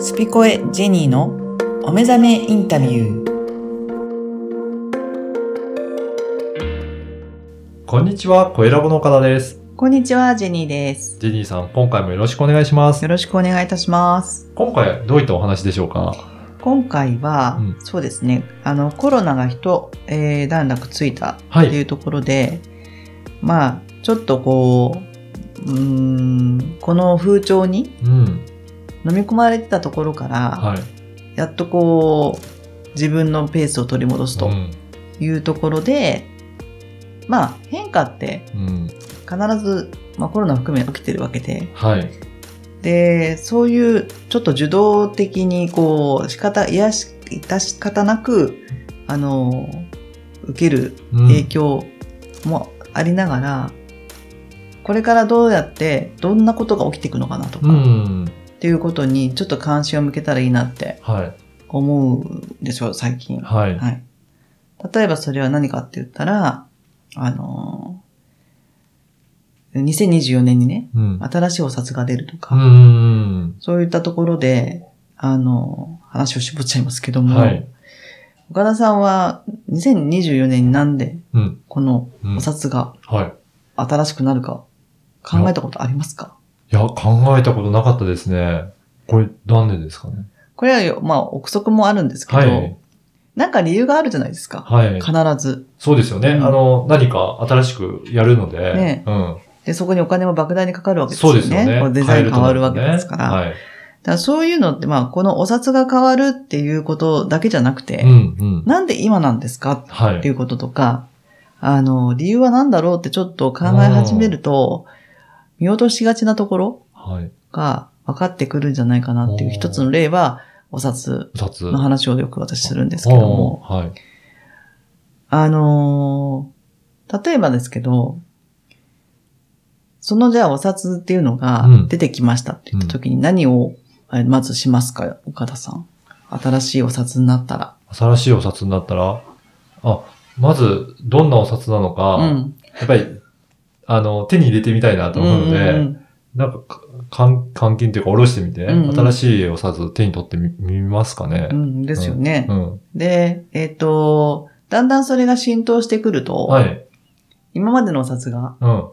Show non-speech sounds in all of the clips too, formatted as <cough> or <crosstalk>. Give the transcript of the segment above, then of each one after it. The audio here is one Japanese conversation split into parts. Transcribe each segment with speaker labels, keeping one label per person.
Speaker 1: スピコエジェニーのお目覚めインタビュー。
Speaker 2: こんにちは、声ラボの岡田です。
Speaker 1: こんにちは、ジェニーです。
Speaker 2: ジェニーさん、今回もよろしくお願いします
Speaker 1: よ。ろしくお願いいたします。
Speaker 2: 今回、どういったお話でしょうか
Speaker 1: 今回は、
Speaker 2: うん
Speaker 1: そうですね、あの、コロナが一、えー、段落ついた
Speaker 2: は
Speaker 1: ってい
Speaker 2: い。
Speaker 1: うところで、まあ、ちょっとこう、うーん、この風潮に
Speaker 2: うん。
Speaker 1: 飲み込まれてたところから、
Speaker 2: はい。
Speaker 1: やっとこう、自分のペースを取り戻すと
Speaker 2: うん。
Speaker 1: いうところで、まあ、変化って
Speaker 2: うん。
Speaker 1: 必ず、まあ、コロナ含め起きてるわけで、
Speaker 2: はい。
Speaker 1: で、そういうちょっと受動的にこう、仕方、いやし、いたし方なく、あの、受ける
Speaker 2: うん
Speaker 1: 影響もありながら、これからどうやって、どんなことが起きていくのかなとか、
Speaker 2: う
Speaker 1: っ
Speaker 2: ん。
Speaker 1: ていうことにちょっと関心を向けたらいいなって
Speaker 2: はい。
Speaker 1: 思うんでしょう、最近。
Speaker 2: はい。
Speaker 1: はい。例えばそれは何かって言ったら、あのー、2024年にね、
Speaker 2: うん。
Speaker 1: 新しいお札が出るとか、
Speaker 2: うん。
Speaker 1: そういったところで、あの、話を絞っちゃいますけども、
Speaker 2: はい。
Speaker 1: 岡田さんは2024年になんで
Speaker 2: うん。
Speaker 1: この
Speaker 2: うん
Speaker 1: お。札が
Speaker 2: はい。
Speaker 1: 新しくなるか考えたことありますか
Speaker 2: いや、考えたことなかったですね。これ、なんでですかね。
Speaker 1: これは、まあ、憶測もあるんですけど、
Speaker 2: はい。
Speaker 1: なんか理由があるじゃないですか。
Speaker 2: はい。
Speaker 1: 必ず。
Speaker 2: そうですよね。
Speaker 1: うん
Speaker 2: あの、何か新しくやるので。
Speaker 1: ね
Speaker 2: うん。
Speaker 1: で、そこにお金も莫大にかかるわけです
Speaker 2: そ
Speaker 1: よ
Speaker 2: う
Speaker 1: ね。
Speaker 2: ですよね
Speaker 1: こう。デザイン変わるわけですから。だ
Speaker 2: はい。
Speaker 1: からそういうのって、まあ、このお札が変わるっていうことだけじゃなくて、
Speaker 2: うん。うん。
Speaker 1: なんで今なんですか
Speaker 2: は
Speaker 1: って
Speaker 2: い。
Speaker 1: いうこととか、あの、理由は何だろうってちょっと考え始めると、見落としがちなところ
Speaker 2: はい。
Speaker 1: が分かってくるんじゃないかなっていう
Speaker 2: おー
Speaker 1: 一つの例は、お札
Speaker 2: 二つ。
Speaker 1: の
Speaker 2: で
Speaker 1: 話をよく私するんですけども、
Speaker 2: はい。
Speaker 1: あのー例えばですけど、そのじゃあお札っていうのが
Speaker 2: うん
Speaker 1: 出てきましたって言った時に何をあれまずしますか、岡田さん。新しいお札になったら。
Speaker 2: 新しいお札になったら、あ、まず、どんなお札なのか、
Speaker 1: うん。
Speaker 2: やっぱり、あの、手に入れてみたいなと思うので、
Speaker 1: うんうん
Speaker 2: なんかか、換換金というか、おろしてみて、
Speaker 1: うんうん
Speaker 2: 新しいお札手に取ってみみますかね
Speaker 1: う。んうんですよね。
Speaker 2: うん。
Speaker 1: で、えっ、と、だんだんそれが浸透してくると、
Speaker 2: はい。
Speaker 1: 今までのお札が
Speaker 2: うん。は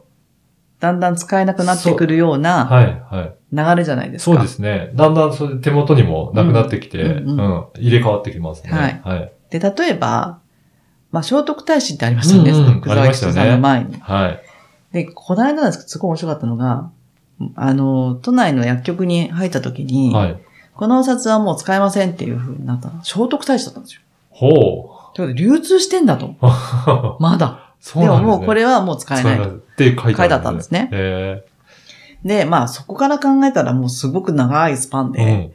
Speaker 1: だんだん使えなくなってくるよう
Speaker 2: い、
Speaker 1: な
Speaker 2: は
Speaker 1: 流れじゃないで
Speaker 2: い。
Speaker 1: すか。
Speaker 2: そうですね。だんだんそれで手元にもなくなってきて、
Speaker 1: うん
Speaker 2: うん、
Speaker 1: うん
Speaker 2: 入れ替わってきますね。
Speaker 1: はい
Speaker 2: はい。
Speaker 1: で、例えば、まあ、聖徳太子ってありましたよね。
Speaker 2: うんうん
Speaker 1: 福沢吉さんの前に。
Speaker 2: はい。
Speaker 1: で、この間なんですけど、すごい面白かったのが、あの、都内の薬局に入った時に、
Speaker 2: はい。
Speaker 1: このお札はもう使えませんっていう風になったの聖徳太子だったんですよ。
Speaker 2: ほう。 <laughs>
Speaker 1: ということで、流通してんだと。まだ。
Speaker 2: そうなんですね。
Speaker 1: でももうこれはもう使えない
Speaker 2: 使え
Speaker 1: と。
Speaker 2: ないって書いて
Speaker 1: 書
Speaker 2: あ
Speaker 1: いてあ
Speaker 2: る
Speaker 1: ったんですね。
Speaker 2: え
Speaker 1: で、まあそこから考えたらもうすごく長いスパン
Speaker 2: え
Speaker 1: で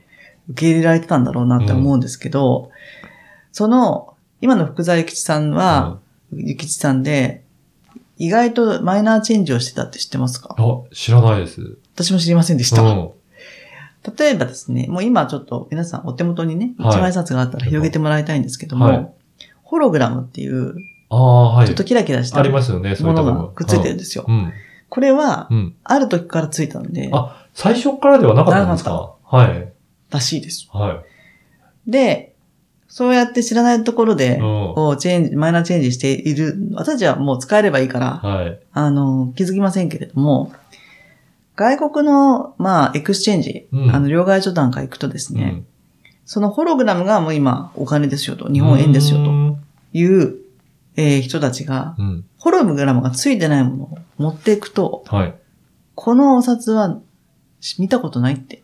Speaker 1: 受け入れられてたんだろうなって思うんですけど、その、今の福沢諭吉さん
Speaker 2: うん
Speaker 1: は、諭吉さんで、意外とマイナーチェンジをしてたって知ってますか
Speaker 2: あ、知らないです。
Speaker 1: 私も知りませんでした。
Speaker 2: うん。
Speaker 1: 例えばですね、もう今ちょっと皆さんお手元にね、一
Speaker 2: はい
Speaker 1: 万円札があったら広げてもらいたいんですけども、
Speaker 2: はい
Speaker 1: ホログラムっていう、
Speaker 2: ああ、はい。
Speaker 1: ちょっとキラキラした
Speaker 2: あり
Speaker 1: も
Speaker 2: ますよね、そういうとこ
Speaker 1: の
Speaker 2: ろ
Speaker 1: がくっついてるんですよ。
Speaker 2: うん。
Speaker 1: これは
Speaker 2: う、ん。
Speaker 1: ある時からついたんで、
Speaker 2: あ最初からではなかったんです
Speaker 1: な
Speaker 2: かはい。
Speaker 1: らしいです。
Speaker 2: は
Speaker 1: で、そうやって知らないところで、
Speaker 2: い。うん。
Speaker 1: をチェンジ、マイナーチェンジしている、私たちはもう使えればいいから、
Speaker 2: はい。
Speaker 1: あの、気づきませんけれども、外国の、まあ、エクスチェンジ、
Speaker 2: うん
Speaker 1: あの、両替所なんか行くとです
Speaker 2: う
Speaker 1: ね、
Speaker 2: ん
Speaker 1: そのホログラムがもう今、お金ですよと、日本円ですよ
Speaker 2: う
Speaker 1: と
Speaker 2: ん
Speaker 1: いう、えー人たちが、
Speaker 2: うん。
Speaker 1: ホログラムがついてないものを持っていくと、
Speaker 2: はい。
Speaker 1: このお札はし見たことないって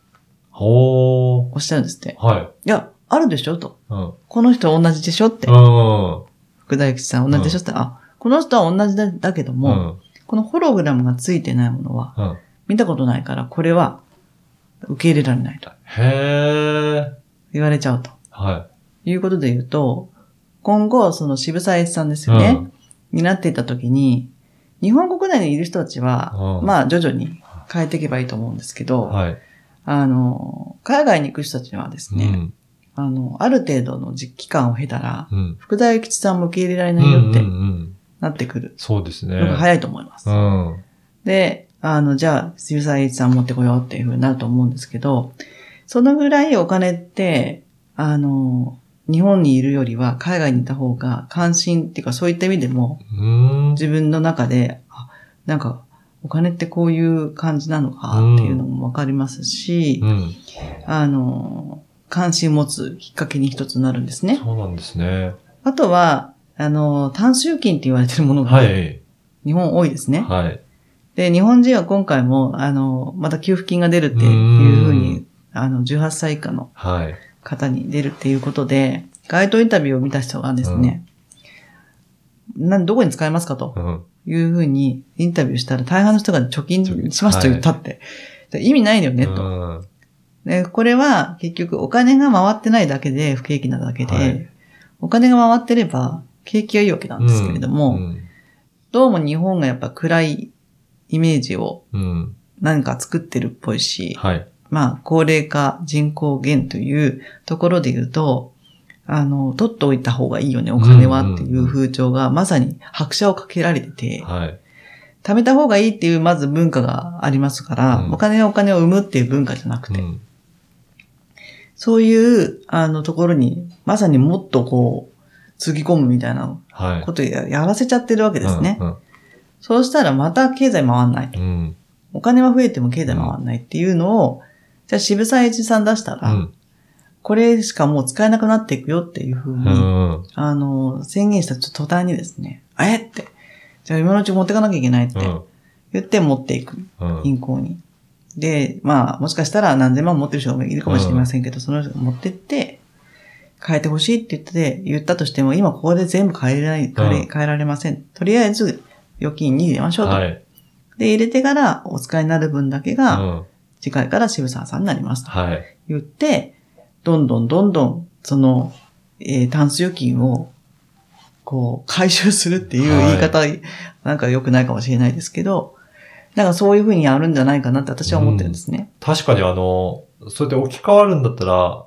Speaker 2: ほ
Speaker 1: おっしゃるんですって。
Speaker 2: ー。はい。
Speaker 1: いや、あるでしょと。
Speaker 2: うん。
Speaker 1: この人は同じでしょって
Speaker 2: う。ん。
Speaker 1: 福田幸さん同じでしょって。あ、この人は同じだだけど
Speaker 2: う
Speaker 1: も、
Speaker 2: ん。
Speaker 1: このホログラムがついてないものは、
Speaker 2: うん。
Speaker 1: 見たことないから、これは受け入れられないと
Speaker 2: へー。
Speaker 1: 言われちゃうと。
Speaker 2: は
Speaker 1: いうことで言うと、今後、その渋沢栄一さんです
Speaker 2: い。
Speaker 1: よね、になっていった時に、日本国内にいる人たちは、
Speaker 2: うん
Speaker 1: まあ徐々に変えていけばいいと思うんですけど、
Speaker 2: うん。はい。
Speaker 1: あの、海外に行く人たちはです
Speaker 2: う
Speaker 1: ね、
Speaker 2: ん。
Speaker 1: あの、ある程度の時期間を経たら、
Speaker 2: うん。
Speaker 1: 福田幸さんも受け入れられ
Speaker 2: う
Speaker 1: ないよ
Speaker 2: ん
Speaker 1: っ
Speaker 2: う
Speaker 1: て
Speaker 2: ん。
Speaker 1: なってくる
Speaker 2: そうですね。
Speaker 1: のが早いと思います。
Speaker 2: うん。
Speaker 1: で、あの、じゃあ、渋沢栄一さん持ってこようっていうふうになると思うんですけど、そのぐらいお金って、あの、日本にいるよりは海外にいた方が関心っていうかそういった意味でも
Speaker 2: うーん。
Speaker 1: 自分の中で、あなんかお金ってこういう感じなのかっていうのもわかりますし、
Speaker 2: うん。
Speaker 1: あの、関心持つきっかけに一つなるんですね。
Speaker 2: そうなんですね。
Speaker 1: あとは、あの、単集金って言われてるものが
Speaker 2: はい。
Speaker 1: 日本多いですね。
Speaker 2: はい。
Speaker 1: で、日本人は今回も、あの、また給付金が出るっていうふう
Speaker 2: う
Speaker 1: に、あの、18歳以下の
Speaker 2: はい。
Speaker 1: 方に出るっていうことで、街頭インタビューを見た人がですね、なんどこに使えますかと
Speaker 2: うん。
Speaker 1: いうふうにインタビューしたら大半の人が貯金しますと言ったって。で意味ないんだよね、と。
Speaker 2: うん
Speaker 1: で、これは結局お金が回ってないだけで不景気なだけで、
Speaker 2: はい
Speaker 1: お金が回ってれば景気はいいわけなんですけれども、
Speaker 2: うん
Speaker 1: どうも日本がやっぱ暗いイメージを
Speaker 2: うん。
Speaker 1: 何か作ってるっぽいし、
Speaker 2: はい。
Speaker 1: まあ高齢化、人口減というところで言うと、あの、取っておいた方がいいよね、お金はっていう風潮がまさに拍車をかけられてて、
Speaker 2: はい。
Speaker 1: 貯めた方がいいっていうまず文化がありますから、
Speaker 2: うん
Speaker 1: お金はお金を生むっていう文化じゃなく
Speaker 2: う
Speaker 1: て、
Speaker 2: ん
Speaker 1: そういう、あの、ところに、まさにもっとこう、つぎ込むみたいな
Speaker 2: はい。
Speaker 1: ことややらせちゃってるわけですね。
Speaker 2: うん
Speaker 1: そうしたらまた経済回んない。
Speaker 2: うん。
Speaker 1: お金は増えても経済回んないっていうのを、じゃあ渋沢栄一さん出した
Speaker 2: う
Speaker 1: ら、
Speaker 2: ん。
Speaker 1: これしかもう使えなくなっていくよっていうふう
Speaker 2: う
Speaker 1: に、
Speaker 2: ん。うん
Speaker 1: あの、宣言した途端にですね、えって、じゃあ今のうち持ってかなきゃいけないって言って持っていく、
Speaker 2: うん。
Speaker 1: 銀行に。で、まあ、もしかしたら何千万持ってる人もいるかもしれませんけど、その人が持ってって、変えてほしいって言って、言ったとしても、今ここで全部変えられない、変え
Speaker 2: うん
Speaker 1: 変えられません。とりあえず、預金に入れましょうと。
Speaker 2: はい。
Speaker 1: で、入れてからお使いになる分だけ
Speaker 2: う
Speaker 1: が、
Speaker 2: ん。
Speaker 1: 次回から渋沢さんになりますと
Speaker 2: はい。
Speaker 1: 言って、どんどんどんどん、その、えー、タンス預金を、こう、回収するっていう
Speaker 2: はい
Speaker 1: 言い方、なんか良くないかもしれないですけど、なんかそういうふうにやるんじゃないかなって私は思ってるんですね。
Speaker 2: 確かにあの、そうやって置き換わるんだったら、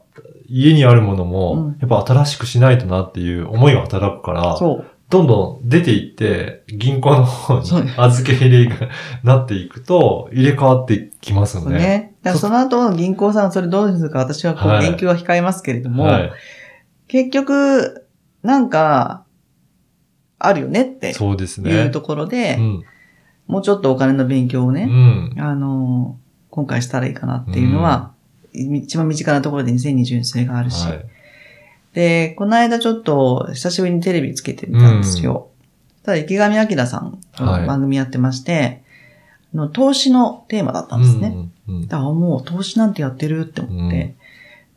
Speaker 2: 家にあるもの
Speaker 1: う
Speaker 2: も
Speaker 1: ん、
Speaker 2: やっぱ新しくしないとなっていう思いが働くから、
Speaker 1: そう。
Speaker 2: どんどん出ていって、銀行の方に
Speaker 1: そうね
Speaker 2: 預け入れがなっていくと、入れ替わってきますよ
Speaker 1: そう
Speaker 2: ね。
Speaker 1: ね。だからその後、銀行さんはそれどうするか私はこう、
Speaker 2: はい
Speaker 1: 言及は控えますけれども、
Speaker 2: は
Speaker 1: 結局、なんか、あるよねって
Speaker 2: い。そうですね。
Speaker 1: いうところで、
Speaker 2: うん。
Speaker 1: もうちょっとお金の勉強をね、
Speaker 2: うん。
Speaker 1: あの、今回したらいいかなっていうのは、一番身近なところで2020年があるし、
Speaker 2: はい。
Speaker 1: で、この間ちょっと久しぶりにテレビつけてみたんですよ。ただ池上彰さん
Speaker 2: はい
Speaker 1: の番組やってまして、あの投資のテーマだったんですね。
Speaker 2: うん。うん
Speaker 1: だからもう投資なんてやってるって思って。
Speaker 2: うん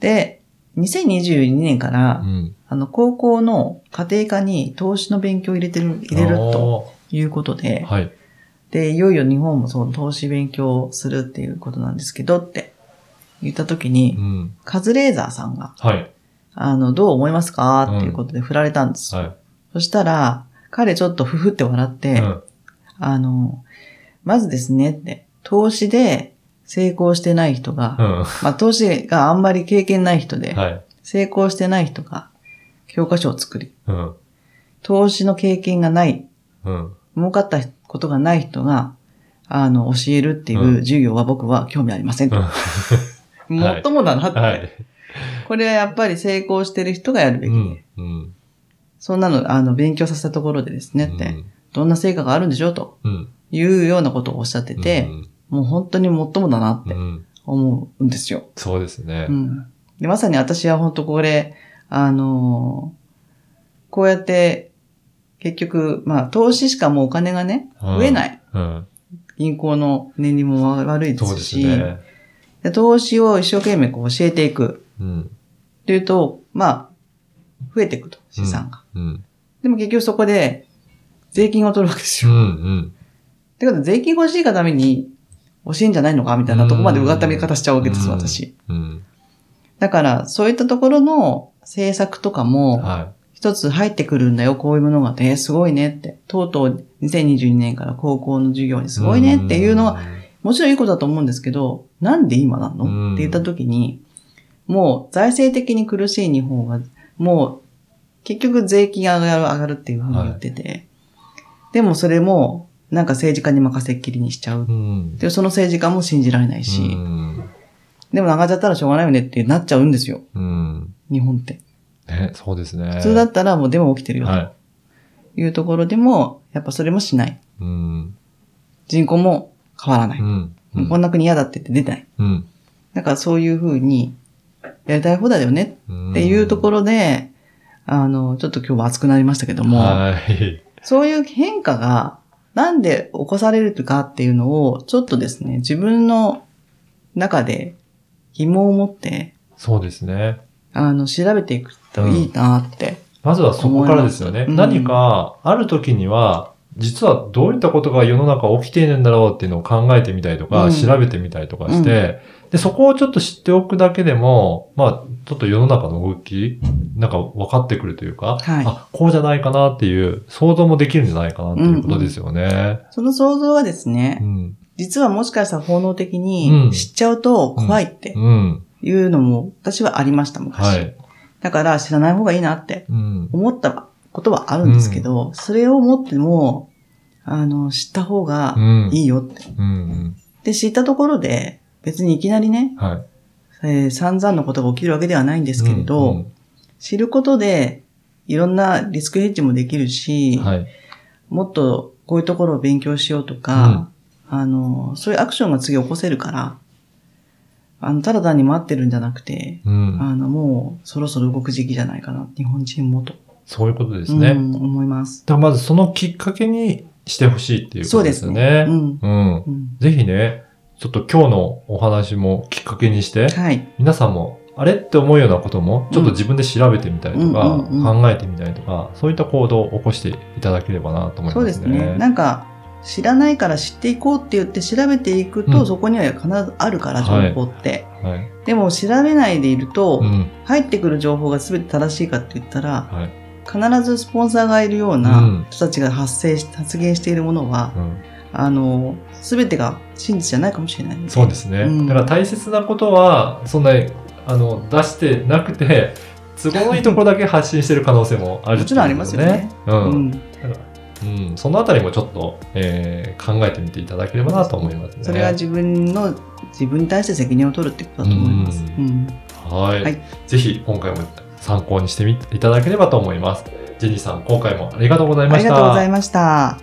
Speaker 1: で、2022年から、
Speaker 2: うん。
Speaker 1: あの、高校の家庭科に投資の勉強を入れてる、入れるということ
Speaker 2: あ
Speaker 1: で
Speaker 2: ー。、はい。
Speaker 1: で、いよいよ日本もその投資勉強をするっていうことなんですけどって言った時に、
Speaker 2: うん。
Speaker 1: カズレーザーさんが、
Speaker 2: はい。
Speaker 1: あの、どう思いますかっていうことで振られたんです。
Speaker 2: は
Speaker 1: そしたら、彼ちょっとふふって笑っ
Speaker 2: い。
Speaker 1: て、
Speaker 2: うん
Speaker 1: あの、まずですねって、投資で成功してない人が、
Speaker 2: うん。
Speaker 1: まあ投資があんまり経験ない人で、
Speaker 2: はい。
Speaker 1: 成功してない人が教科書を作り、
Speaker 2: うん。
Speaker 1: 投資の経験がない
Speaker 2: うん。
Speaker 1: 儲かったことがない人が、あの、教えるっていう授業は僕は興味ありません。
Speaker 2: う
Speaker 1: と
Speaker 2: ん
Speaker 1: もっともだなって。
Speaker 2: はい。
Speaker 1: これはやっぱり成功してる人がやるべ
Speaker 2: う
Speaker 1: き。
Speaker 2: ん。うん。
Speaker 1: そんなの、あの、勉強させたところでですねって、どんな成果があるんでしょうと
Speaker 2: うん。
Speaker 1: いうようなことをおっしゃって
Speaker 2: うん。
Speaker 1: て、もう本当にもっともだなっ
Speaker 2: うん、
Speaker 1: て
Speaker 2: うん。
Speaker 1: 思うんですよ。
Speaker 2: そうですね
Speaker 1: う。ん。で、まさに私は本当これ、あのーこうやって、結局、まあ、投資しかもうお金がね、増え
Speaker 2: い。
Speaker 1: ない。
Speaker 2: うん。
Speaker 1: 銀行の年利も悪いで
Speaker 2: そう
Speaker 1: す
Speaker 2: です
Speaker 1: し、
Speaker 2: ね。
Speaker 1: で投資を一生懸命こう教えていく
Speaker 2: うん。
Speaker 1: というと、まあ、増えていくと、資産が。
Speaker 2: うん。
Speaker 1: でも結局そこで、税金を取るわけです
Speaker 2: う
Speaker 1: よ。
Speaker 2: ん。うん。
Speaker 1: ってことで、税金が欲しいがために、欲しいんじゃないのかみたいなとこまでうがった見方しちゃうわけです、
Speaker 2: うん
Speaker 1: 私。
Speaker 2: うん。
Speaker 1: だから、そういったところの政策とかも、
Speaker 2: は
Speaker 1: 一つ入ってくるんだよ、こういうものが。えーすごいねって。とうとう2022年から高校の授業に
Speaker 2: い。
Speaker 1: すごいねっていうのは、
Speaker 2: は、
Speaker 1: もちろんいいことだと思うんですけど、なんで今なの、
Speaker 2: うん
Speaker 1: って言った時に、もう財政的に苦しい日本は、もう結局税金が上がる、上がるっていうふうに言ってて、でもそれもなんか政治家に任せっきりにしちゃう。
Speaker 2: うん。
Speaker 1: で、その政治家も信じられないし、
Speaker 2: うん
Speaker 1: でも流れちゃったらしょうがないよねってなっちゃうんですよ。
Speaker 2: うん。
Speaker 1: 日本って。
Speaker 2: ね、そうですね。
Speaker 1: 普通だったらもうデモ起きてるよ
Speaker 2: は
Speaker 1: というところでも、やっぱそれもしない。
Speaker 2: い。うん。
Speaker 1: 人口も変わらな
Speaker 2: う
Speaker 1: い。
Speaker 2: ん。う
Speaker 1: こ
Speaker 2: ん
Speaker 1: んな国嫌だって言って出ない。
Speaker 2: うん。
Speaker 1: だからそういうふうに、やりたい放題だよね
Speaker 2: うん
Speaker 1: っていうところで、あの、ちょっと今日は熱くなりましたけども、
Speaker 2: はい。
Speaker 1: そういう変化がなんで起こされるかっていうのを、ちょっとですね、自分の中で疑問を持って、
Speaker 2: そうですね。
Speaker 1: あの、調べていくといいなって。
Speaker 2: まずはそこからですよね。
Speaker 1: 思いますうん
Speaker 2: 何か、ある時には、実はどういったことが世の中起きているんだろうっていうのを考えてみたりとか、
Speaker 1: うん
Speaker 2: 調べてみたりとかして、で、そこをちょっと知っておくだけでも、まあ、ちょっと世の中の動き、なんか分かってくるというか、
Speaker 1: はい
Speaker 2: あ、こうじゃないかなっていう、想像もできるんじゃないかなっていうことですよね。
Speaker 1: その想像はです
Speaker 2: う
Speaker 1: ね、
Speaker 2: ん。
Speaker 1: 実はもしかしたら本能的
Speaker 2: う
Speaker 1: に
Speaker 2: ん
Speaker 1: 知っちゃうと怖いって
Speaker 2: うん。
Speaker 1: いうのも私はありました、昔。
Speaker 2: はい。
Speaker 1: だから知らない方がいいなって
Speaker 2: うん。
Speaker 1: 思ったことはあるんですけど、それを持っても、あの、知った方が
Speaker 2: うん。
Speaker 1: いいよって。
Speaker 2: うん。
Speaker 1: で、知ったところで、別にいきなりね、
Speaker 2: はい。
Speaker 1: えー散々のことが起きるわけではないんで
Speaker 2: です
Speaker 1: けれど、、知ることで、いろんなリスクヘッジもできるし、
Speaker 2: はい。
Speaker 1: もっとこういうところを勉強しようとか、あの、そういうアクションが次起こせるから、あの、ただ単に待ってるんじゃなくて、
Speaker 2: うん。
Speaker 1: あの、もうそろそろ動く時期じゃないかな、日本人もと、
Speaker 2: そういうことです
Speaker 1: う
Speaker 2: ね。
Speaker 1: ん、思います。
Speaker 2: だからまずそのきっかけにしてほしいっていうこ
Speaker 1: そう
Speaker 2: と
Speaker 1: で
Speaker 2: です
Speaker 1: す
Speaker 2: よ
Speaker 1: ね
Speaker 2: ね。。
Speaker 1: うん。
Speaker 2: うん、
Speaker 1: うん
Speaker 2: ぜひね、ちょっと今日のお話もきっかけにして、
Speaker 1: はい。
Speaker 2: 皆さんも、あれって思うようなことも、ちょっと自分で調べてみたりとか、
Speaker 1: うんうんうんうん
Speaker 2: 考えてみたりとか、そういった行動を起こしていただければなと思い
Speaker 1: そう
Speaker 2: ま
Speaker 1: ですす
Speaker 2: ね。
Speaker 1: ね。なんか、知らないから知っていこうって言って調べていくと、
Speaker 2: うん
Speaker 1: そこには必ずあるから、情
Speaker 2: はい
Speaker 1: 報って。
Speaker 2: はい。
Speaker 1: でも、調べないでいると、
Speaker 2: うん。
Speaker 1: 入ってくる情報が全て正しいかって言ったら、
Speaker 2: はい。
Speaker 1: 必ずスポンサーがいるよう
Speaker 2: う
Speaker 1: なん人たちが発生し、発言しているものは、
Speaker 2: うん、
Speaker 1: あの、全てが真実じゃないかもしれないん
Speaker 2: そうですね、
Speaker 1: うん
Speaker 2: だから大切なことは、そんなに、あの、出してなくて、都合のいいところだけ発信してる可能性もあるっていう
Speaker 1: もちろんありますよね
Speaker 2: ことね。うん。
Speaker 1: うん。
Speaker 2: うん、そのあたりもちょっと、えー考えてみていただければなと思いますね。
Speaker 1: それは自分の、自分に対して責任を取るってことだと思います。
Speaker 2: う
Speaker 1: うん
Speaker 2: はい、
Speaker 1: はい
Speaker 2: ぜひ今回も参考にしてみていただければと思います。ジェニーさん、今回もありがとうござい
Speaker 1: あ
Speaker 2: ま
Speaker 1: り
Speaker 2: し
Speaker 1: がとうござ
Speaker 2: た
Speaker 1: い。ました。